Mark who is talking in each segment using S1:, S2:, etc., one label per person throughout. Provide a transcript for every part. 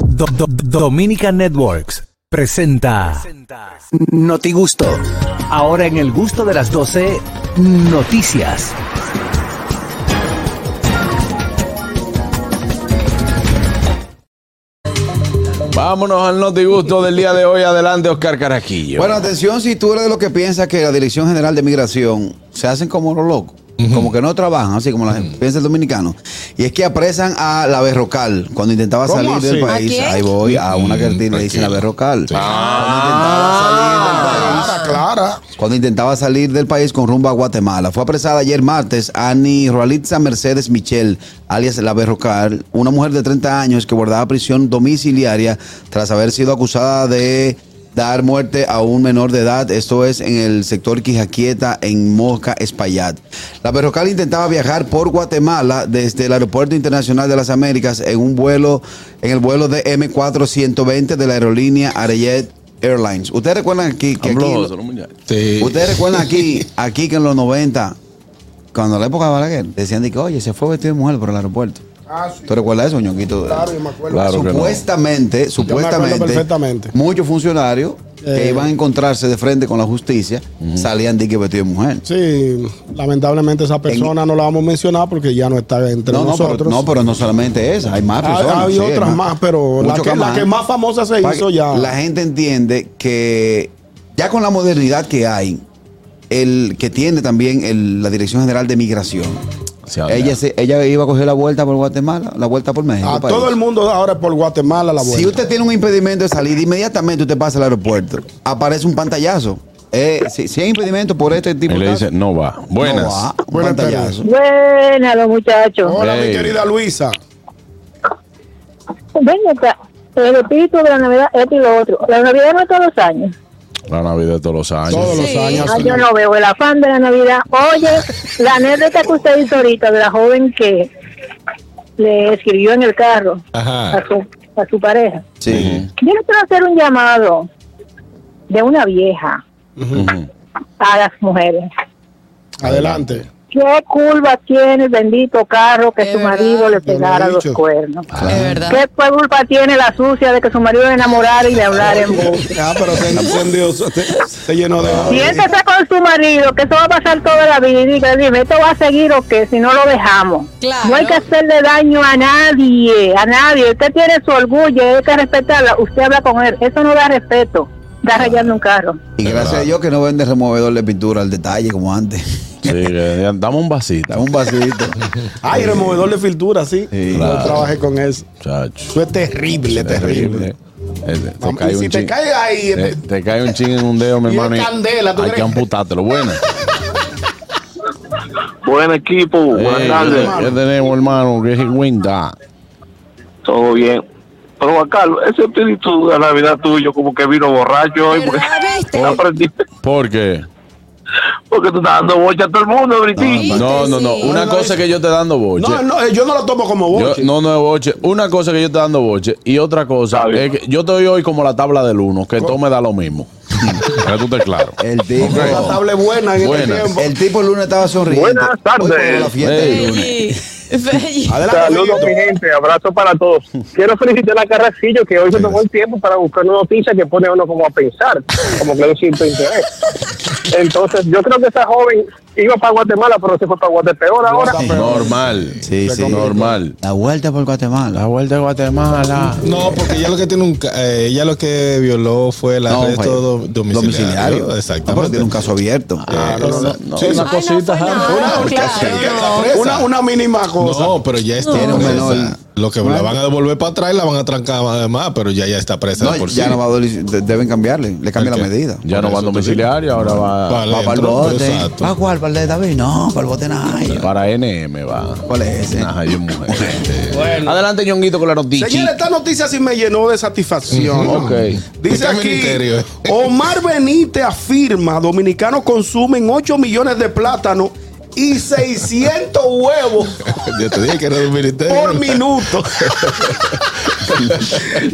S1: Do- Do- Dominica Networks presenta Noti Gusto. Ahora en el gusto de las 12, noticias.
S2: Vámonos al notigusto del día de hoy. Adelante, Oscar Carajillo.
S3: Bueno, atención si tú eres de los que piensa que la Dirección General de Migración se hacen como los locos, como que no trabajan, así como la gente piensa el dominicano. Y es que apresan a la Berrocal cuando intentaba
S4: ¿Cómo
S3: salir del
S4: así?
S3: país.
S5: ¿A quién?
S3: Ahí voy, a una que le dicen la Berrocal. Cuando intentaba salir del país.
S4: Clara, Clara.
S3: cuando intentaba salir del país con rumbo a Guatemala. Fue apresada ayer martes Ani Roalitza Mercedes Michel, alias La Berrocal, una mujer de 30 años que guardaba prisión domiciliaria tras haber sido acusada de dar muerte a un menor de edad, esto es en el sector Quijaquieta, en Mosca, Espaillat. La Berrocal intentaba viajar por Guatemala desde el Aeropuerto Internacional de las Américas en un vuelo, en el vuelo de M420 de la aerolínea Arellet Airlines. Ustedes recuerdan aquí que aquí,
S2: Habloso, ¿no, muchacho?
S3: Ustedes recuerdan aquí, aquí que en los 90, cuando la época de Balaguer, decían de que, oye, se fue vestido de mujer por el aeropuerto.
S4: Ah, sí.
S3: ¿Tú recuerdas eso, ñonquito?
S4: Claro, yo me acuerdo.
S2: Claro que no.
S3: supuestamente, supuestamente,
S4: perfectamente.
S3: muchos funcionarios que
S4: Eh.
S3: iban a encontrarse de frente con la justicia salían de que vestido de mujer.
S4: Sí, lamentablemente esa persona no la vamos a mencionar porque ya no está entre
S3: No, no
S4: nosotros.
S3: pero, no, pero no solamente esa, hay más
S4: Ha-
S3: personas.
S4: ha habido
S3: sí, hay
S4: otras más, pero la
S3: Mucho
S4: que, la que más famosa se
S3: Para
S4: hizo
S3: que
S4: ya.
S3: La gente entiende que ya con la modernidad que hay, el que tiene también el- la Dirección General de Migración,
S2: Se habla.
S3: ella, se- ella iba a coger la vuelta por Guatemala, la vuelta por México.
S4: a
S3: este país.
S4: todo el mundo ahora es por Guatemala la vuelta.
S3: Si usted tiene un impedimento de salir, inmediatamente usted pasa al aeropuerto. Aparece un pantallazo. Eh, si, si hay impedimento por este tipo
S2: Y le
S3: de
S2: dice,
S3: caso,
S2: no va. Buenas.
S3: no va, un
S4: Buenas tardes.
S3: pantallazo.
S6: Buenas, los muchachos.
S4: Hola,
S2: Hey.
S4: mi querida Luisa.
S6: Venga acá. El espíritu de la Navidad, esto y lo otro. La Navidad no es todos los años.
S2: La Navidad de todos los años.
S4: Todos los
S5: Sí.
S4: años.
S6: Ah,
S4: sí.
S6: yo no veo el afán de la Navidad. Oye, la anécdota que usted hizo ahorita de la joven que le escribió en el carro a su, a su pareja.
S3: Sí.
S6: Yo le quiero hacer un llamado de una vieja
S2: Ujú.
S6: a las mujeres.
S4: Adelante.
S6: ¿Qué culpa tiene el bendito carro que
S5: Es
S6: su
S5: verdad.
S6: marido le
S4: Yo lo he
S6: pegara los
S4: dicho.
S6: cuernos?
S5: Es verdad.
S6: ¿Qué culpa tiene la sucia de que su marido le enamorara y le hablara en voz?
S4: Ah, pero se encendió, Ah. se, se llenó de
S6: Siéntese con su marido, que eso va a pasar toda la vida. Y diga, dime, ¿esto va a seguir o qué? Si no lo dejamos.
S5: Claro.
S6: No hay que hacerle daño a nadie, a nadie. Usted tiene su orgullo, hay que respetarla. Usted habla con él. Eso no da respeto. Da rayando un carro.
S3: Y gracias a Dios que no vende removedor de pintura al detalle como antes.
S2: Sí, que- dame un vasito.
S3: Da un vasito.
S4: Ay, removedor de filtura, sí.
S3: Sí,
S4: Yo
S2: claro.
S4: trabajé con eso.
S2: Chacho.
S4: Eso es terrible, terrible.
S2: Eh, Te, te
S4: Mam-
S2: cae
S4: y
S2: un
S4: si te
S2: chin-
S4: cae ahí, este-
S2: eh, te cae un chin en un dedo, mi
S4: Y es
S2: hermano. y
S4: candela, ¿tú
S2: hay que
S4: crees?
S2: amputártelo. Buenas.
S7: Buen equipo, buenas
S2: Ey,
S7: tardes,
S2: Eh, ¿Qué tenemos, hermano? ¿Qué se cuenta?
S7: todo bien. Pero Juan Carlos, ese espíritu de Navidad tuyo como que vino borracho hoy, porque
S5: ¿Verdad, viste?
S7: no aprendiste,
S2: ¿Por qué?
S7: porque tú estás dando bocha a todo el mundo, Britín.
S2: No, no, no.
S5: Sí.
S2: Una
S4: No, no,
S2: cosa
S4: es-
S2: que yo te dando boche.
S4: No, no, eh, yo no lo tomo como
S2: Yo-
S4: boche.
S2: no, no es boche. Una cosa que yo te dando boche y otra cosa
S7: Está
S2: es
S7: bien.
S2: que yo te doy hoy como la tabla del uno, que todo me da lo mismo. Para que tú estés claro.
S3: El tipo.
S2: Ok.
S4: La tabla es buena en este
S2: Buenas.
S4: tiempo.
S3: El tipo el lunes estaba sonriendo.
S7: Buenas
S3: Hoy
S7: tardes.
S3: colgó la fiesta del
S2: Hey.
S3: lunes.
S5: Feli. Feli.
S4: Adelante,
S8: Saludos, mi
S4: Fellito.
S8: gente. Abrazo para todos. Quiero felicitar a Carracillo que hoy se tomó el tiempo para buscar una noticia que pone a uno como a pensar, como que no siente interés. Entonces, yo creo que esa joven iba para Guatemala, pero se fue para Guatepeor ahora.
S4: Sí.
S2: Normal.
S3: Sí, sí.
S2: Normal.
S3: La vuelta por Guatemala.
S2: vuelta de Guatemala.
S9: No, porque ella lo que tiene un, ca- eh, ella lo que violó fue el
S3: No,
S9: arresto
S3: fue-
S9: do- domiciliario.
S3: Ah, pero
S9: Exactamente.
S3: tiene un caso abierto. Ah,
S9: Eh, exacto. no,
S4: Sí, una
S5: Ay, no fue
S4: cosita.
S5: nada,
S4: una-
S5: claro,
S4: Una, una mínima cosa.
S9: pero ya está
S3: Tiene un
S9: presa.
S3: menor.
S9: Lo que la van a devolver para atrás y la van a trancar además, pero ya ya está presa
S3: No,
S9: de por
S3: ya
S9: sí.
S3: no va a doler, de- deben cambiarle, le cambian
S9: Ok.
S3: la medida.
S2: Ya no va a domiciliario, ahora va
S9: Vale.
S3: Va para el
S9: Entró,
S3: bote.
S9: exacto.
S3: ¿Para cuál? ¿Para el de David? No, para el bote nada.
S2: para NM va.
S3: ¿Cuál es ese?
S2: Ajá, yo mujer. Adelante, Ñonguito, con la noticia.
S4: Señores, esta noticia sí me llenó de satisfacción.
S2: Ujú, ok.
S4: Dice
S9: Está en
S4: aquí,
S9: ministerio.
S4: Omar Benítez afirma, dominicanos consumen 8 millones de plátanos y 600 huevos
S9: Yo te dije que era un
S4: por minuto.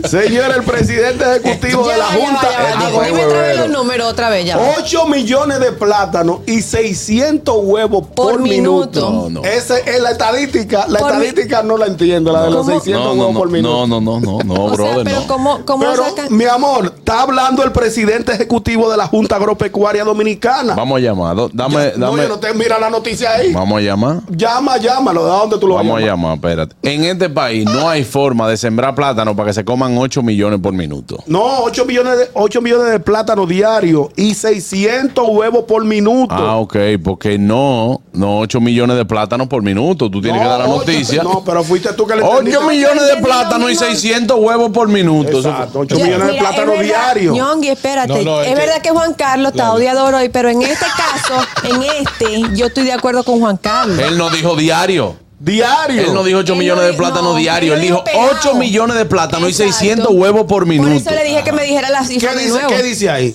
S4: Señor, el presidente ejecutivo de la
S9: Ya va, ya va,
S4: Junta.
S9: ya va.
S4: Ah,
S9: Dime-
S4: bueno,
S9: Dime otra vez los
S4: bueno.
S9: números otra vez ya. va.
S4: 8 millones de plátanos y 600 huevos por,
S9: Por
S4: minuto.
S9: minuto.
S2: No, no.
S4: Esa es la estadística. La
S9: Por mi-
S4: estadística no la entiendo, la de los
S9: ¿Cómo?
S4: 600
S2: No,
S4: huevos
S2: no, no,
S4: por minuto.
S2: no, no, no, no, no,
S9: o sea,
S2: brother,
S9: pero
S2: no.
S9: ¿cómo, cómo
S4: Pero,
S9: sacan?
S4: mi amor, está hablando el presidente ejecutivo de la Junta Agropecuaria Dominicana.
S2: Vamos a llamar. do- Dame,
S4: No,
S2: dame.
S4: yo no te mira la noticia ahí.
S2: Vamos a llamar.
S4: Llama, llámalo, ¿de dónde tú lo
S2: Vamos a
S4: llamas?
S2: llamar, espérate. En este país no hay forma de sembrar plátano para que se coman 8 millones por minuto.
S4: No, 8 millones de, 8 millones de plátanos diarios y 600 huevos por minuto.
S2: Ah, ok, porque no, no 8 millones de plátanos por minuto. Tú tienes
S4: No,
S2: que dar la
S4: ocho-
S2: noticia.
S4: No, pero fuiste tú que le
S2: 8
S4: entendiste.
S2: millones de
S9: Entendí lo
S2: plátanos y
S9: mismo.
S2: 600 huevos por minuto. Eso fue-
S4: Exacto, 8
S9: Ya,
S4: millones de
S9: mira,
S4: plátanos
S9: es verdad,
S4: diarios.
S9: Ñongui, espérate.
S10: No, no, es
S9: es
S10: que-
S9: verdad que Juan Carlos está
S10: Claro.
S9: odiador hoy, pero en este caso, en este, yo estoy de acuerdo con Juan Carlos.
S2: Él no dijo diario.
S4: Diario.
S2: Él no dijo 8
S9: Él
S2: Eh, millones
S9: no
S2: de
S9: dijo-
S2: plátanos
S9: no,
S2: diarios.
S9: él
S2: Él dijo
S9: dijo pegado.
S2: 8 millones de plátanos y
S9: Exacto.
S2: 600 huevos por
S9: Por
S2: minuto.
S9: eso le dije que me dijera la
S4: ¿Qué
S9: cifra de
S4: dice,
S9: nuevo.
S4: ¿Qué dice ahí?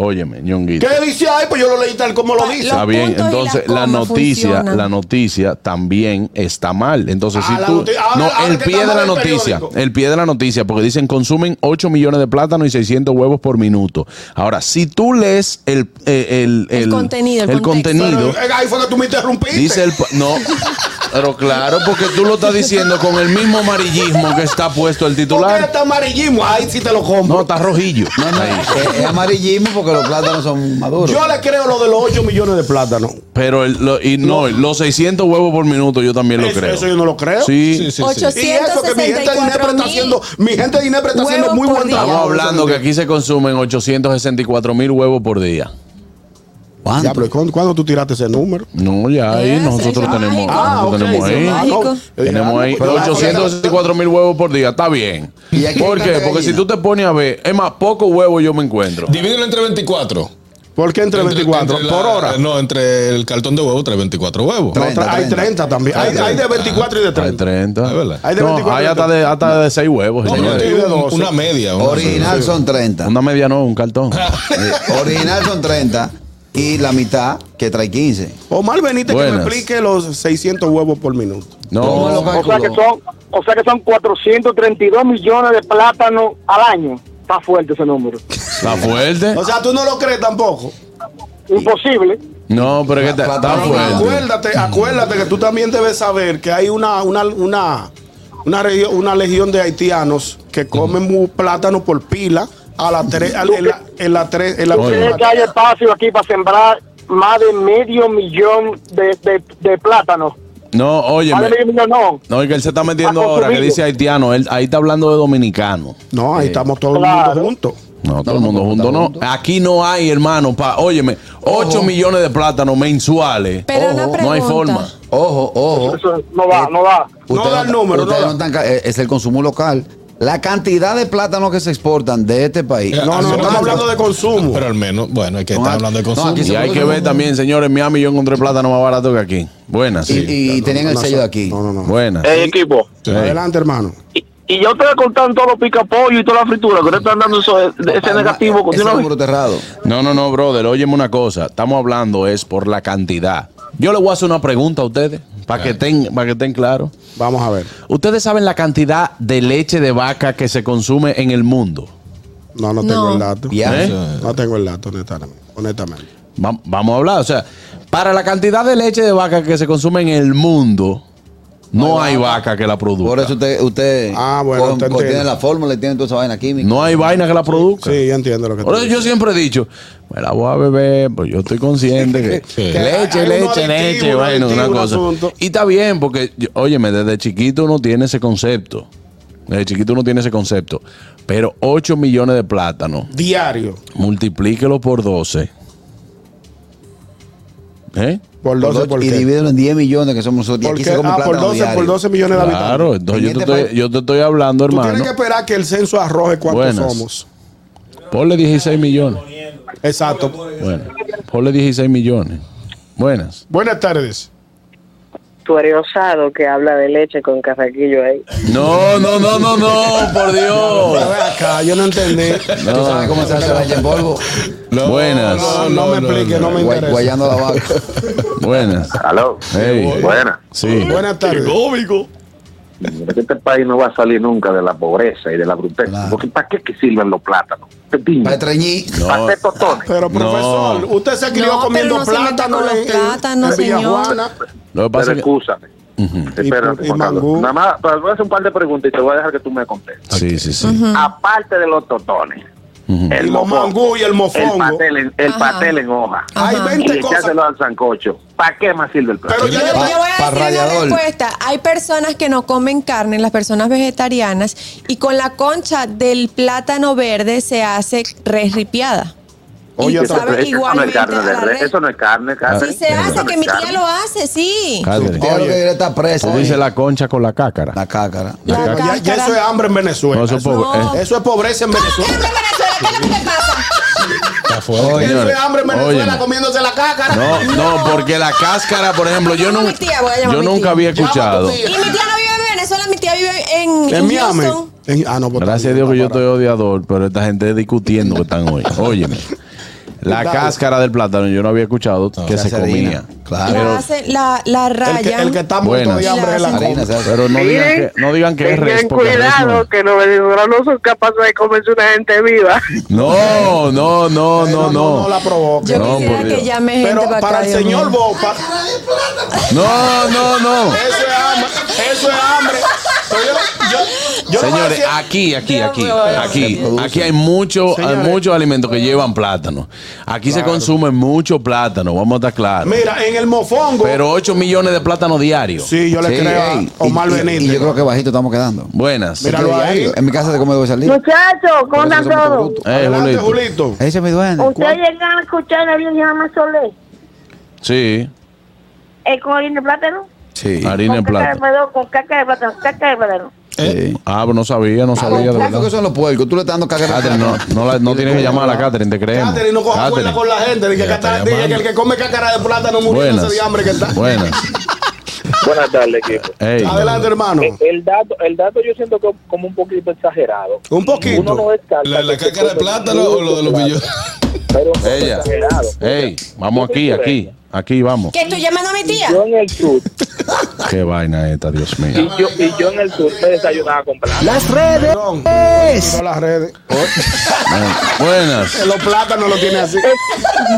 S2: Óyeme, ñonguito.
S4: ¿Qué dice ahí? Pues yo lo leí tal como lo
S9: Pa-
S4: dice.
S9: lo-
S2: Está
S9: Los
S2: bien,
S9: puntos y
S2: entonces
S9: las
S2: la
S9: comas
S2: noticia,
S9: funcionan.
S2: la noticia también está mal. Entonces,
S4: Ah,
S2: si
S4: la
S2: tú.
S4: noti- ahora-
S2: no,
S4: ahora
S2: el
S4: que
S2: pie de la
S4: estamos en el
S2: noticia.
S4: periódico.
S2: El pie de la noticia, porque dicen consumen 8 millones de plátanos y 600 huevos por minuto. Ahora, si tú lees el, eh, el,
S9: El contenido, el
S2: el
S9: contexto.
S2: contenido,
S4: Pero, eh, ahí fue que tú me interrumpiste.
S2: dice el. pa- No. Pero claro, porque tú lo estás diciendo con el mismo amarillismo que está puesto el
S4: ¿Por qué
S2: titular.
S4: está amarillismo? Ahí sí te lo compro.
S2: No, está rojillo.
S3: No, no,
S2: Ahí.
S3: es, es amarillismo porque los plátanos son maduros.
S4: Yo le creo lo de los 8 millones de plátanos.
S2: Pero el- lo- y no, los 600 huevos por minuto yo también lo
S4: Eso-
S2: creo.
S4: eso yo no lo creo.
S2: Sí.
S10: Sí, sí, sí.
S4: Y eso que mi gente de Inepre está
S9: 864
S4: haciendo, mi gente de Inepre está
S9: huevos
S4: haciendo muy
S9: por
S4: buen
S9: día.
S4: trabajo.
S2: Estamos hablando que aquí se consumen 864 mil huevos por día.
S3: ¿Cuánto?
S4: Ya, pero ¿y ¿cuándo, cuándo tú tiraste ese número?
S2: No, ya ahí
S9: Eso,
S2: nosotros
S9: eso,
S2: tenemos,
S9: mágico.
S4: Ah,
S2: nosotros
S4: ok.
S2: tenemos
S9: eso,
S2: ahí.
S9: mágico.
S2: Tenemos ahí
S4: Pero-
S2: 864 mil huevos por día, está bien.
S3: ¿Y aquí
S2: ¿Por
S3: está
S2: qué?
S3: la
S2: Porque
S3: gallina?
S2: si tú te pones a ver, es más, pocos huevos yo me encuentro.
S10: Divídelo entre 24.
S4: ¿Por qué entre 24?
S10: entre la-
S4: por hora.
S10: No, entre el cartón de huevo trae 24 huevos.
S4: No,
S3: 30,
S4: tra- hay 30,
S3: 30
S4: también. Hay, hay de 24 y de
S2: Hay
S4: 30.
S2: 30.
S10: Es verdad.
S4: Hay de
S2: no,
S4: 24,
S2: hay hasta de, hasta de 6 huevos,
S10: No,
S2: señores.
S10: pero
S4: Señores.
S10: tiene un-
S4: De doce.
S10: una media. una
S3: Original
S10: media.
S3: son 30.
S2: Una media no, un cartón.
S3: Eh, Original son 30 y la mitad que trae 15.
S4: Omar Benítez que
S2: Buenas.
S4: me explique los 600 huevos por minuto.
S3: ¿Cómo lo
S2: No,
S11: O
S3: calculó?
S11: sea que son, o sea que son 432 millones de plátanos al año. Está fuerte ese número.
S2: está fuerte.
S4: O sea, tú no lo crees tampoco.
S11: Imposible.
S2: No, pero es que está, está fuerte.
S4: Ah, Acuérdate, acuérdate que tú también debes saber que hay una, una, una, una, regio- una legión de haitianos que comen mu- plátano por pila a la tres, al- en la, en la tres, en la
S2: Oye.
S11: ¿Crees que hay espacio aquí para sembrar más de medio millón de, de, de plátanos?
S2: No, oye.
S11: Más de medio millón no.
S2: No, y que él se está metiendo
S11: A
S2: ahora, que
S11: consumirlo.
S2: dice haitiano. Él, ahí está hablando de dominicano.
S4: No, ahí estamos todos
S11: Claro.
S4: juntos.
S2: No, todo el mundo
S3: no,
S2: junto.
S3: no,
S2: No,
S3: junto.
S2: aquí no hay, hermano. Pa, óyeme, 8 millones de plátanos mensuales.
S9: Pero una
S2: no hay
S9: pregunta.
S2: forma.
S3: Ojo, ojo.
S11: Eso no va, no va.
S4: No da el número,
S3: ustedes
S4: no da.
S3: están ca- eh, es el consumo local. La cantidad de plátanos que se exportan de este país.
S10: Ya,
S4: No,
S10: al
S4: no,
S10: menos
S4: estamos
S10: que-
S4: hablando de consumo.
S10: Pero al menos, bueno, es que
S3: No,
S10: está
S3: aquí-
S10: hablando de
S3: no,
S10: consumo.
S3: aquí
S2: Y
S3: se-
S2: hay que ver también, señores, en Miami yo encontré plátano más barato que aquí. Buenas.
S3: y y tenían el sello de aquí.
S4: No, no, no.
S2: Buenas.
S8: Eh, equipo.
S10: Sí.
S4: Adelante, hermano.
S8: Y, y ya ustedes contaron todos los picapollos y toda la fritura, que ustedes están dando eso, ese
S3: Además,
S8: negativo
S3: eh, ese
S8: continuamente.
S3: número cerrado.
S2: No, no, no, brother. Óyeme una cosa. Estamos hablando es por la cantidad. Yo le voy a hacer una pregunta a ustedes para que estén, para que estén claros.
S4: Vamos a ver.
S2: Ustedes saben la cantidad de leche de vaca que se consume en el mundo.
S4: No, no tengo
S9: No.
S4: el dato.
S3: Ya.
S2: ¿Eh?
S4: No tengo el dato, honestamente. honestamente.
S2: Va- vamos a hablar. O sea, para la cantidad de leche de vaca que se consume en el mundo, no hay vaca que la
S3: Por
S2: produzca.
S3: eso usted, usted
S4: Ah, bueno,
S3: con-
S4: te
S3: con-
S4: entiendo.
S3: tiene la fórmula y tiene toda esa vaina química.
S2: No hay vaina que la produzca.
S4: Sí, yo entiendo lo que
S2: Por
S4: tú
S2: eso yo
S4: dices.
S2: siempre he dicho, me la voy a beber, pues yo estoy consciente que
S10: Sí.
S2: que leche,
S4: Hay un
S2: leche, leche,
S4: adictivo, un
S2: bueno,
S4: adictivo,
S2: una
S4: un
S2: cosa.
S4: asunto.
S2: Y está bien, porque, yo- óyeme, desde chiquito uno tiene ese concepto. Desde chiquito uno tiene ese concepto. Pero 8 millones de plátanos,
S4: Diario.
S2: multiplíquelo por 12. ¿Eh?
S4: Por 12 por
S3: y
S4: qué?
S3: divídelo en 10 millones que somos nosotros. Y
S4: Porque,
S3: aquí se come
S4: ah, por
S3: plátano
S4: 12, por
S3: diario.
S4: 12 millones de habitantes.
S2: Claro, entonces yo
S3: En
S2: te,
S3: este
S2: estoy,
S3: país-
S2: yo te estoy hablando,
S4: Tú tienes
S2: hermano.
S4: que esperar que el censo arroje cuántos
S2: Buenas.
S4: somos.
S2: Ponle 16 millones.
S4: Exacto.
S2: Bueno, ponle 16 millones. Buenas.
S4: Buenas tardes.
S12: Tú eres osado que habla de leche con carraquillo ahí.
S2: No, no, no, no, no, por
S4: Pero
S2: Dios.
S4: ven acá, yo no entendí.
S3: ¿Tú sabes cómo se hace la leche en polvo?
S2: Buenas,
S4: No, no me explique, no me
S3: Guay-
S4: interesa.
S3: guayando la vaca.
S2: buenas.
S8: Aló.
S2: Hey.
S8: Buena.
S2: Sí.
S4: Buenas tardes.
S10: cómico.
S8: que este país no va a salir nunca de la pobreza y de la bruteza. Porque ¿para qué que sirven los plátanos? Para
S3: treñir.
S8: Para hacer totones.
S4: Pero profesor, usted se crió
S9: No, pero
S4: comiendo
S9: no se meta
S4: plátano
S9: con los
S4: en, en-
S9: plátanos,
S4: en Villajuana.
S9: señor.
S2: Lo que pasa
S8: Pero
S2: es que-
S8: escúchame. Espérate,
S4: y
S8: Juan Carlos.
S4: mangú.
S8: Nada más, te voy a hacer un par de preguntas y te voy a dejar que tú me contestes.
S2: Sí, sí, sí.
S8: Aparte de los totones, el
S4: Y los
S8: mofongo,
S4: mangú y el mofongo.
S8: el pastel en, el
S9: Ajá.
S8: pastel en hoja,
S4: Hay
S9: Ajá.
S8: y
S4: 20 cosas.
S8: echárselo al sancocho, ¿para qué más sirve el plato?
S4: Pero
S2: Ah,
S4: ya
S9: Yo,
S4: yo-
S9: yo voy a
S3: Pa-
S9: decir una
S3: radiador.
S9: respuesta. Hay personas que no comen carne, las personas vegetarianas, y con la concha del plátano verde se hace res ripiada.
S4: Oye,
S9: y
S4: otra-
S2: eh,
S9: sabe
S8: eso, no es
S9: igualmente
S8: carne
S9: a
S8: de
S9: la
S8: res,
S9: res.
S8: eso no es carne, Catherine.
S9: Sí se
S8: Eso
S9: hace,
S8: no
S9: que
S8: es
S9: mi tía
S8: carne.
S9: lo hace, sí.
S2: Catherine,
S3: Claro que ella está presa.
S2: tú
S3: eh.
S2: dices la concha con la cácara.
S3: La cácara.
S9: La
S4: Ya- ya,
S9: cáscara.
S4: eso es hambre en Venezuela.
S2: No, eso es
S4: eso,
S2: pobre-
S9: No.
S2: eh,
S4: eso es pobreza en Venezuela.
S9: ¿Qué es lo que te pasa?
S4: Eso
S2: señores,
S4: es hambre en Venezuela
S2: óyeme.
S4: comiéndose la cácara.
S2: No, no, porque la cáscara, por ejemplo, yo,
S9: Llama a
S2: nun-
S9: mi tía, voy a llamar
S2: yo
S9: a mi
S2: nunca
S9: tía.
S2: había
S4: Llama a tu
S2: escuchado.
S9: Y
S4: tía.
S9: mi tía no vive en Venezuela, mi tía vive en,
S4: En
S9: en
S4: Miami.
S9: Houston.
S4: En- ah, no, pues
S2: Gracias a
S4: está
S2: Dios que yo
S4: bien,
S2: estoy odiador, pero esta gente discutiendo que están hoy. Óyeme. La
S4: Dale.
S2: cáscara del plátano yo no había escuchado que
S3: se
S2: se
S3: hace harina,
S2: comía.
S3: claro.
S9: la,
S2: Pero,
S9: hace- la,
S4: está para-
S9: la
S4: El
S9: raya.
S4: que, el que está
S2: Buenas.
S4: muerto de hambre es la
S9: Gracias.
S4: comida.
S3: Harina, ¿sabes?
S2: pero no, digan
S12: Miren,
S2: que, no digan que es
S12: tengan
S2: res. porque res
S12: cuidado, que los venezolanos no son capaces de comerse una gente viva.
S2: no, es. no, no, no,
S4: Pero
S2: no,
S4: no, no
S2: no.
S4: la provoca.
S9: Yo
S2: No,
S9: quisiera
S2: por
S9: que
S2: Dios.
S9: llame gente
S4: Pero
S9: para,
S4: para
S9: acá,
S4: el
S9: Dios
S4: señor
S9: mío.
S4: Bo, pa-
S2: No, no, no.
S4: eso es hambre. Eso es hambre. Pero yo- yo- yo no voy a
S2: Señores, ah,
S4: decir-
S2: aquí, aquí,
S9: Dios
S2: aquí,
S9: mío, Dios
S2: aquí,
S9: mío.
S2: aquí hay muchos, hay
S4: Señores.
S2: muchos alimentos que llevan plátano. Aquí se consume mucho plátano, vamos a estar claros.
S4: Mira, en el mofongo.
S2: Pero 8 millones de plátanos diarios.
S4: sí, yo le
S3: Sí,
S4: creo
S3: ey,
S4: a Omar
S3: y- y-
S4: Benítez.
S3: Y yo creo que bajito estamos quedando.
S2: Buenas.
S4: Míralo ahí.
S3: En mi casa se come dos salidas.
S13: Muchachos, ¿cómo
S3: Por eso
S13: están
S3: somos tan
S13: todos?
S3: brutos.
S2: Eh,
S4: Adelante,
S2: Julito.
S4: Julito.
S3: Ese es mi duende.
S13: Ustedes llegan a escuchar la Virgen llama Solé,
S2: Sí,
S13: eh, con harina de plátano,
S3: Sí.
S2: harina en
S13: con caca de
S2: plátano.
S13: plátano, con caca de plátano, caca de plátano.
S3: Ah,
S9: Eh,
S3: Sí.
S2: Ah, pero no sabía, no sabía de
S3: Lo
S2: verdad.
S3: que son los puercos. Tú le estás dando caca.
S2: Catherine, no, no, la- no tienes que llamar a Catherine, te creemos.
S4: Catherine no coja cuerda
S2: Catherine.
S4: con la gente. Dije
S10: Ya
S4: que,
S10: está
S4: hasta- dije que el
S10: llamando.
S4: que come cácara de plátano muriéndose
S2: Buenas.
S4: de hambre que está.
S2: Buenas.
S11: Buenas tardes, equipo.
S2: Ey.
S4: Adelante, hermano.
S8: Eh,
S12: El, el dato, el dato yo siento que como un poquito exagerado.
S4: Un poquito.
S12: Uno no descarta.
S10: ¿La, la
S12: que se
S10: cácara de
S12: come
S10: plátano o lo de los
S12: mucho
S10: billones?
S12: plátano, Pero un poco
S2: Ella.
S12: exagerado.
S2: Ey, vamos aquí, aquí, aquí vamos.
S9: ¿Que estoy llamando a mi tía?
S12: Yo en el sur,
S2: Qué vaina esta, Dios
S12: y
S2: mío.
S12: yo, y yo en el sur me desayunaba con plátano.
S14: Las redes.
S4: Perdón. Tiró las redes. Eh,
S2: Buenas.
S4: Los plátanos lo tiene así.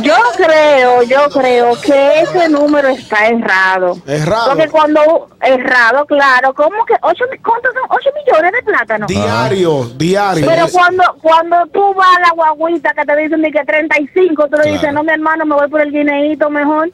S13: Yo creo, yo creo que ese número está errado.
S4: Errado.
S13: Porque cuando errado, claro, ¿cómo que ocho mi- cuántos son 8 millones de plátanos?
S4: Diario, diario.
S13: Pero cuando cuando tú vas a la guaguita que te dicen ni que 35, tú le dices, no, mi hermano, me voy por el guineíto mejor.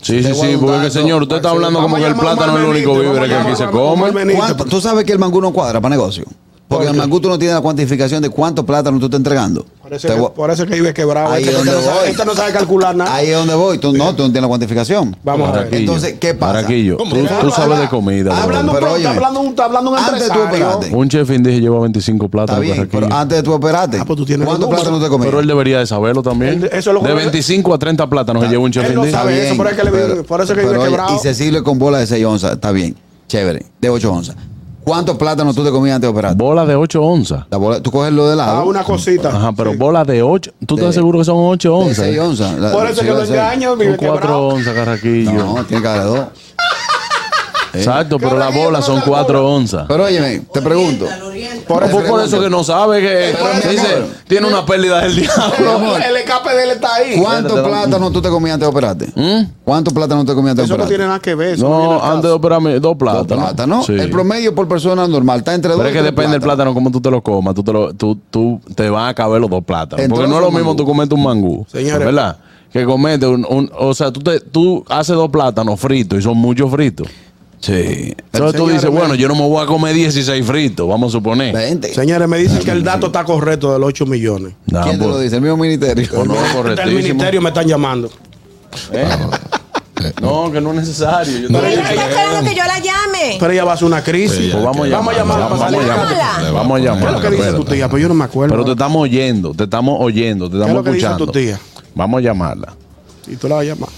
S2: Sí, sí, sí, porque señor, usted está hablando como que el plátano es el único vibre que aquí se come.
S3: ¿Cuánto? Tú sabes que el mangú no cuadra para negocio. Porque el mangú tú no tienes la cuantificación de cuántos plátanos tú estás entregando.
S4: Parece
S3: Te
S4: que,
S3: voy-
S4: por eso es que vive quebrado.
S3: Ahí
S4: Este,
S3: es
S4: este,
S3: donde
S4: no sabe,
S3: voy.
S4: este no sabe calcular nada.
S3: Ahí es donde voy. Tú no, tú no tienes la cuantificación.
S4: Vamos a ver.
S2: Maraquillo.
S3: Entonces, ¿qué pasa?
S2: Maraquillo,
S10: ¿Cómo?
S2: tú, tú
S10: Habla-
S2: sabes de comida. bro.
S4: Hablando,
S3: Pero
S4: pero,
S3: óyeme,
S4: está hablando, un- está hablando un
S3: antes tú
S4: empresario.
S3: operaste.
S2: Un chef indígena lleva 25
S3: Está
S2: plátanos.
S3: bien,
S2: Carraquillo.
S3: pero antes de tu operarte,
S4: Ah, pues tú tienes
S3: ¿cuántos
S4: el número.
S3: plátanos te comiste?
S2: Pero él debería de saberlo también.
S4: Él- eso es lo que-
S2: de 25 a 30 plátanos que lleva un chef
S4: Él no
S2: indígena.
S4: sabe eso, pero es que le- por eso es que vive
S3: oye,
S4: quebrado.
S3: Y se sirve con bola de 6 onzas, está bien, chévere, de 8 onzas. ¿Cuántos plátanos tú te comías antes de operarte?
S2: Bola de 8 onzas.
S3: La bola- tú coges lo de lado.
S4: Ah, una cosita.
S2: Ajá, pero
S4: Sí.
S2: bola de 8. ¿Tú
S3: De-
S2: estás seguro que son 8
S3: de
S2: onzas?
S3: 6 onzas. la-
S4: ¿eh? Por eso es que
S3: sí,
S4: lo
S3: de seis.
S4: engaño,
S2: Son
S4: vive
S2: 4
S4: quebrado.
S2: onzas, carraquillo.
S3: No, eh. tiene que haber dos.
S2: Exacto, pero la
S4: Carraquillo,
S2: bola
S4: no
S2: son
S4: calcula.
S2: 4 onzas. Pues
S3: Pero óyeme, te pregunto.
S2: Por eso, por eso que no sabe que
S3: Pero,
S2: dice,
S3: mi amor.
S2: tiene una pérdida del diablo.
S3: amor.
S4: El escape de él está ahí.
S3: ¿Cuántos plátanos tú te comías antes de operarte? ¿Cuántos plátanos tú te comías antes de
S4: ¿Mm? Eso no
S3: operarte?
S4: tiene nada que ver. eso no viene al
S2: No,
S4: caso.
S2: antes de operarme, dos
S3: Dos
S2: plátanos.
S3: plátanos.
S2: Sí.
S3: El promedio por persona normal está entre dos.
S2: Pero es
S3: y
S2: que
S3: tres
S2: depende del
S3: plátanos.
S2: plátano, como tú te lo comas. Tú te, lo, tú, tú te van a caber los dos plátanos.
S3: En
S2: Porque
S3: todos
S2: no es lo
S3: son
S2: mismo
S3: mangú.
S2: tú comerte un mangú.
S4: Señores.
S2: ¿Verdad? Que comete un, un- O sea, tú, te, tú haces dos plátanos fritos y son muchos fritos.
S3: Sí.
S2: Entonces tú dices,
S4: señores,
S2: bueno, yo no me voy a comer 16 fritos, vamos a suponer.
S3: Veinte.
S4: Señores, me dicen que el dato está correcto del 8 millones.
S2: Nah,
S3: ¿Quién te
S2: pues,
S3: lo dice? El mismo ministerio.
S2: pues no,
S4: Del
S2: correctísimo. Eh.
S4: ministerio me están llamando.
S2: No, que no es necesario. Yo te
S4: No,
S2: lo
S9: Pero
S2: dije.
S9: ella está esperando que yo la llame.
S4: Pero ella va a hacer una crisis.
S2: Pues vamos a llamar.
S4: Vamos a llamarla para
S2: Vamos a
S4: salir.
S2: llamar.
S9: Llámala.
S2: Vamos a
S4: ¿Qué es
S2: llamar.
S4: lo que dice tu
S2: Espérate.
S4: tía? Pues yo no me acuerdo.
S2: Pero te estamos oyendo, te estamos oyendo, te
S4: es
S2: estamos
S4: lo que dice
S2: escuchando.
S4: tu tía?
S2: Vamos a llamarla.
S4: Y tú la vas a llamar.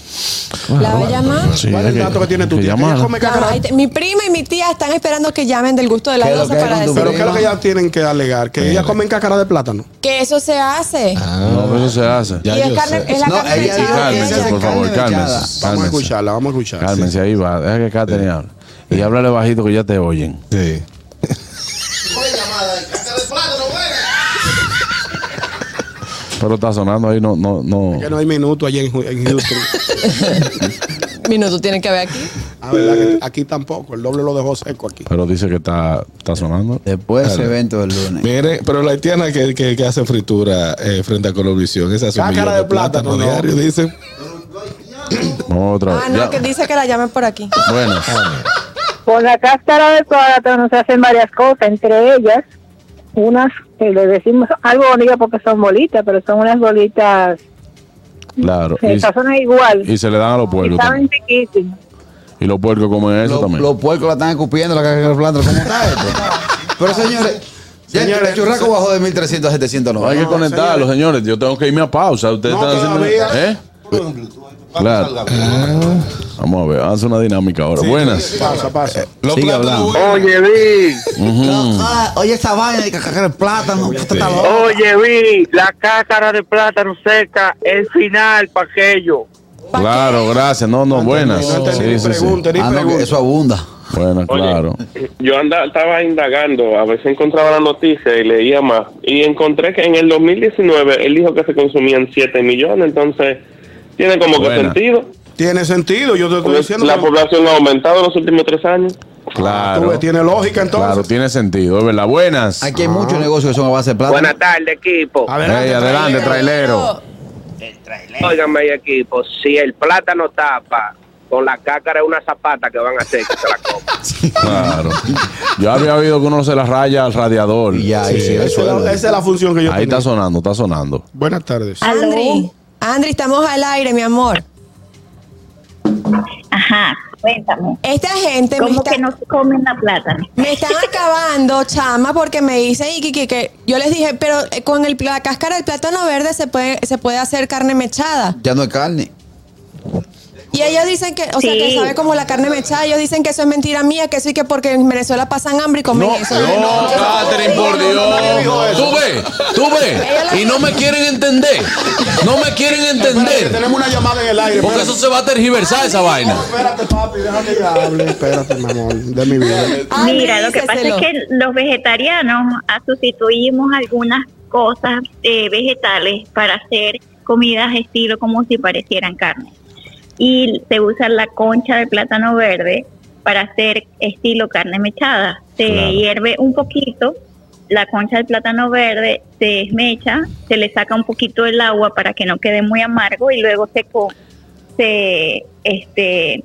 S9: ¿La va a llamar?
S2: Sí,
S4: ¿Cuál es el dato que tiene tu tía? Que ella come
S9: No,
S4: cácara.
S9: ahí te- mi prima y mi tía están esperando que llamen del gusto de las
S3: ¿Qué es lo
S9: 12
S3: que hay
S9: para
S3: con tu
S9: decir
S4: Pero ¿qué es lo que ellas tienen que alegar? Que ellas comen cácara de plátano.
S9: que eso se hace.
S2: No, pero eso se hace.
S10: Ya
S9: y es,
S10: yo
S9: carne,
S10: sé.
S9: es la
S3: No,
S9: carne
S3: ella
S9: mechada
S3: dijo que
S9: de
S2: Cálmense,
S9: ella.
S3: ella-
S2: por favor,
S3: carne mechada.
S2: cálmense.
S4: Vamos a
S2: Cálmense.
S4: escucharla, vamos a escucharla.
S2: Cálmense ahí va, deja que Catherine hable. Y háblale bajito que ya te oyen.
S10: Sí.
S2: Pero está sonando ahí, no, no, no.
S4: Que no hay minuto allí en, Ju- en Houston.
S9: Minuto tiene que haber aquí.
S4: Ah, ¿verdad? Que aquí tampoco. El doble lo dejó seco aquí.
S2: Pero dice que está, está sonando.
S3: Después de ese
S10: Claro.
S3: evento del lunes.
S10: Mire, pero la haitiana que, que, que hace fritura eh, frente a Colovisión, esa es un
S4: Cácara
S10: millón
S4: de plátano, no.
S10: diario, dice.
S2: No, otra vez.
S9: Ah, no,
S2: Ya.
S9: que dice que la llamen por aquí.
S2: Bueno,
S3: Ah,
S13: Con la cáscara de plátano se hacen varias cosas, entre ellas, unas que le decimos algo bonito porque son bolitas, pero son unas bolitas
S2: claro.
S13: que
S2: Y,
S13: sazonan igual.
S2: y se le dan a los puercos.
S13: saben
S2: también.
S13: chiquísimas.
S2: Y los puercos comen eso
S3: Lo-
S2: también.
S3: Los puercos la están escupiendo, la caja de plátano. ¿Cómo está esto? Pero señores, ya el
S4: Señores,
S3: churraco
S4: se-
S3: bajó de 1300
S2: No,
S3: a
S2: hay
S3: 790.
S2: que conectarlo, señores. Yo tengo que irme a pausa. Ustedes
S4: No,
S2: están haciendo-
S4: todavía.
S2: ¿Eh? Claro. Vamos a ver, hace una dinámica ahora. Buenas.
S4: Pasa, pasa.
S10: Los
S3: Sigue
S10: plátanos
S3: hablando.
S10: buenos.
S8: Oye, vi,
S3: Ah, Oye, esa vaina de caja de plátano. usted está loco.
S8: oye, vi, la cáscara de plátano seca, el final para aquello.
S2: Claro, gracias. No, no, buenas.
S4: No entendí
S2: Sí,
S4: ni
S2: sí, sí.
S4: pregunta, Ah, ni
S3: Ah, no, que
S4: pregunta.
S3: eso abunda.
S2: Buenas,
S8: Oye.
S2: claro.
S8: Yo andaba, estaba indagando, a ver si encontraba la noticia y leía más. Y encontré que en el 2019 él dijo que se consumían 7 millones, entonces tiene como que
S2: Buena.
S8: sentido.
S4: Tiene sentido. Yo te estoy diciendo.
S8: la
S4: que-
S8: población ha aumentado en los últimos tres años.
S4: Tú
S2: Claro.
S4: ves, tiene lógica
S2: Claro,
S4: entonces.
S2: tiene sentido, es verdad. Buenas.
S3: Aquí hay muchos negocios que son a base de plátano.
S12: Buenas tardes, equipo.
S4: Adelante,
S2: Ey, adelante, trailero.
S12: Óigame, equipo, si el plátano tapa con la cácara de una zapata que van a hacer que se la coman.
S2: Claro. Yo había oído que uno se la raya al radiador.
S3: Y ya,
S2: Sí.
S3: y sí,
S4: Esa es
S3: eso
S4: la-
S3: es.
S4: esa es la función que yo
S2: Ahí
S4: tenía.
S2: está sonando, está sonando.
S4: Buenas tardes.
S6: ¿Aló?
S9: Andri, Andri, estamos al aire, mi amor.
S6: Ajá, cuéntame.
S9: Esta gente me
S6: ¿Cómo
S9: está,
S6: que no se comen la plátano?
S9: me están acabando, chama, porque me dicen y que, que- que- yo les dije, pero eh, con el, pla- la cáscara del plátano verde se puede, se puede hacer carne mechada.
S3: Ya no es carne.
S9: Y ellos dicen que, o sea, que
S6: Sí.
S9: sabe como la carne mechada. Ellos dicen que eso es mentira mía, que eso y que porque en Venezuela pasan hambre y comen
S2: No,
S9: eso.
S2: no,
S9: Eso-
S2: Catherine, por Dios. Tú ves, tú ves. Y no me quieren entender. No me quieren
S4: Espérate, que
S2: entender.
S4: tenemos una llamada en el aire.
S2: Porque
S4: espérate.
S2: eso se va a tergiversar esa vaina.
S4: Espérate, papi, déjame que hable. Espérate, mi amor, de mi vida.
S9: Andri,
S6: Mira, lo que pasa es
S9: díceselo.
S6: que los vegetarianos ah, sustituimos algunas cosas eh, vegetales para hacer comidas estilo como si parecieran carne. Y se usa la concha de plátano verde para hacer estilo carne mechada. Se
S2: Claro.
S6: hierve un poquito, la concha de plátano verde se desmecha, se le saca un poquito el agua para que no quede muy amargo y luego se co- se este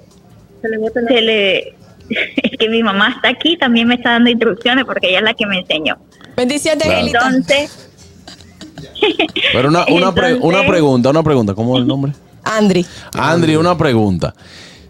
S6: se le, es que mi mamá está aquí también me está dando instrucciones porque ella es la que me enseñó
S9: Bendiciones,
S2: Claro.
S9: Angelita.
S6: entonces
S2: Pero una, una, pre-
S6: Entonces-
S2: una pregunta, una pregunta. ¿Cómo es el nombre?
S9: Andri.
S2: Andri, una pregunta.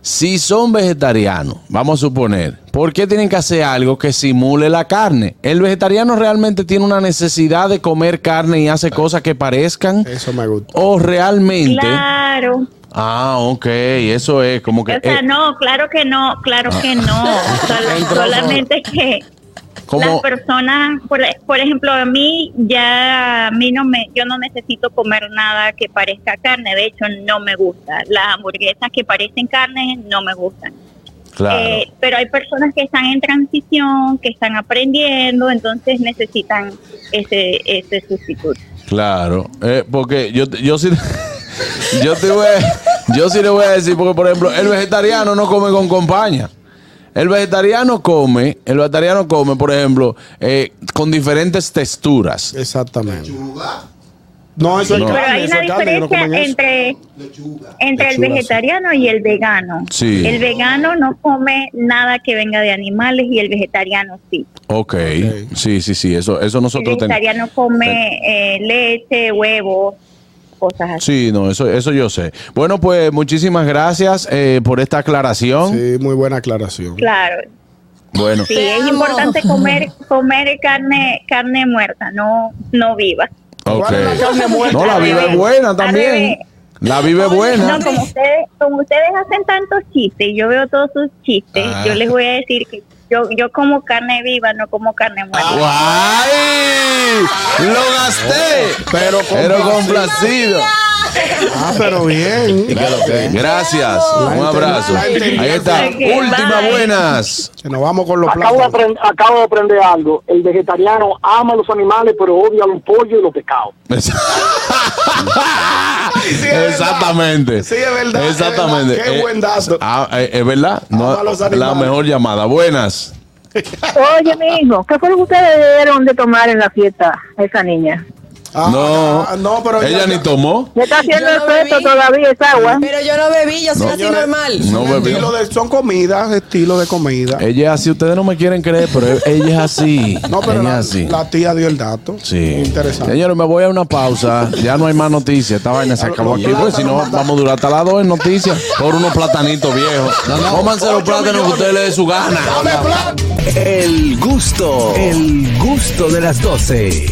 S2: Si son vegetarianos, vamos a suponer, ¿por qué tienen que hacer algo que simule la carne? ¿El vegetariano realmente tiene una necesidad de comer carne y hace cosas que parezcan?
S4: Eso me gusta.
S2: ¿O realmente?
S6: claro
S2: Ah, ok, eso es como que...
S6: o sea
S2: eh, Ah.
S6: no claro que no claro que no Sol- solamente que
S2: como,
S6: las personas por, por ejemplo a mí ya a mí no me yo no necesito comer nada que parezca carne de hecho no me gusta las hamburguesas que parecen carne no me gustan
S2: claro,
S6: Eh, pero hay personas que están en transición, que están aprendiendo, entonces necesitan ese, ese sustituto.
S2: claro. Eh, porque yo, te- yo sí... Yo, te voy a- yo sí le voy a decir, porque por ejemplo, el vegetariano no come con compañía. El vegetariano come, el vegetariano come, por ejemplo, eh, con diferentes texturas.
S4: Exactamente. No, eso
S2: No.
S4: es
S6: Pero
S4: carne,
S6: hay
S4: eso
S6: una
S4: es carne, no
S6: diferencia
S4: comen eso.
S6: entre, entre el
S4: Lechuga, sí.
S6: vegetariano y el vegano.
S2: Sí.
S6: El vegano no come nada que venga de animales y el vegetariano sí.
S2: Ok, sí, sí, sí, eso, eso
S6: El
S2: nosotros tenemos.
S6: vegetariano come eh, leche, huevos, cosas así.
S2: Sí, no, eso, eso yo sé. Bueno, pues muchísimas gracias eh, por esta aclaración.
S4: Sí, muy buena aclaración.
S6: Claro.
S2: Bueno,
S6: Sí,
S9: Te
S6: es
S9: amo.
S6: importante comer comer carne carne muerta, no no viva.
S2: ok.
S4: ¿Cuál es la carne muerta?
S2: No, la vive
S6: revés.
S2: buena
S6: Al
S2: también.
S6: revés.
S2: La vive
S9: Oye,
S2: buena.
S6: No, como ustedes, como ustedes hacen tantos chistes, yo veo todos sus chistes,
S9: Ah.
S6: yo les voy a
S9: Ah.
S6: decir que yo, yo como carne viva, no como carne muerta.
S2: ¡Guay! Lo gasté. Pero complacido.
S4: Ah, pero bien.
S2: Gracias. Un abrazo. Ahí está. Última buenas.
S4: Que nos vamos con los
S8: Acabo de,
S4: platos.
S8: aprend- acabo de aprender algo. El vegetariano ama los animales, pero odia los pollos y los pescados.
S2: Exactamente.
S4: Sí, es verdad, es
S2: Exactamente.
S4: verdad. Qué
S2: Eh,
S4: buen dato.
S2: ah, eh, es verdad. No,
S4: Ama a los
S2: la
S4: animales.
S2: mejor llamada. Buenas.
S6: Oye, mi hijo, ¿qué fue lo que ustedes dieron de tomar en la fiesta a esa niña?
S2: no,
S4: Ah, no, pero
S2: ella ni tomó.
S6: Me está haciendo
S9: Yo
S6: el
S9: no
S6: feto
S9: bebí.
S6: todavía esa agua.
S9: Pero yo no bebí, yo soy
S2: No.
S9: así
S2: Ah. Señores,
S9: normal.
S2: No bebió.
S4: Estilo de- son comidas, estilo de comida.
S2: Ella es así. Ustedes no me quieren creer, pero ella es así.
S4: No, pero
S2: ella
S4: la,
S2: es así.
S4: la tía dio el dato.
S2: Sí.
S4: Interesante.
S2: Señores, me voy a una pausa. Ya no hay más noticias. Esta vaina se acabó aquí. Pues si no, vamos a durar hasta las dos en noticias por unos platanitos viejos. Cómanse los plátanos que usted le dé su gana.
S14: El gusto, el gusto de las 12.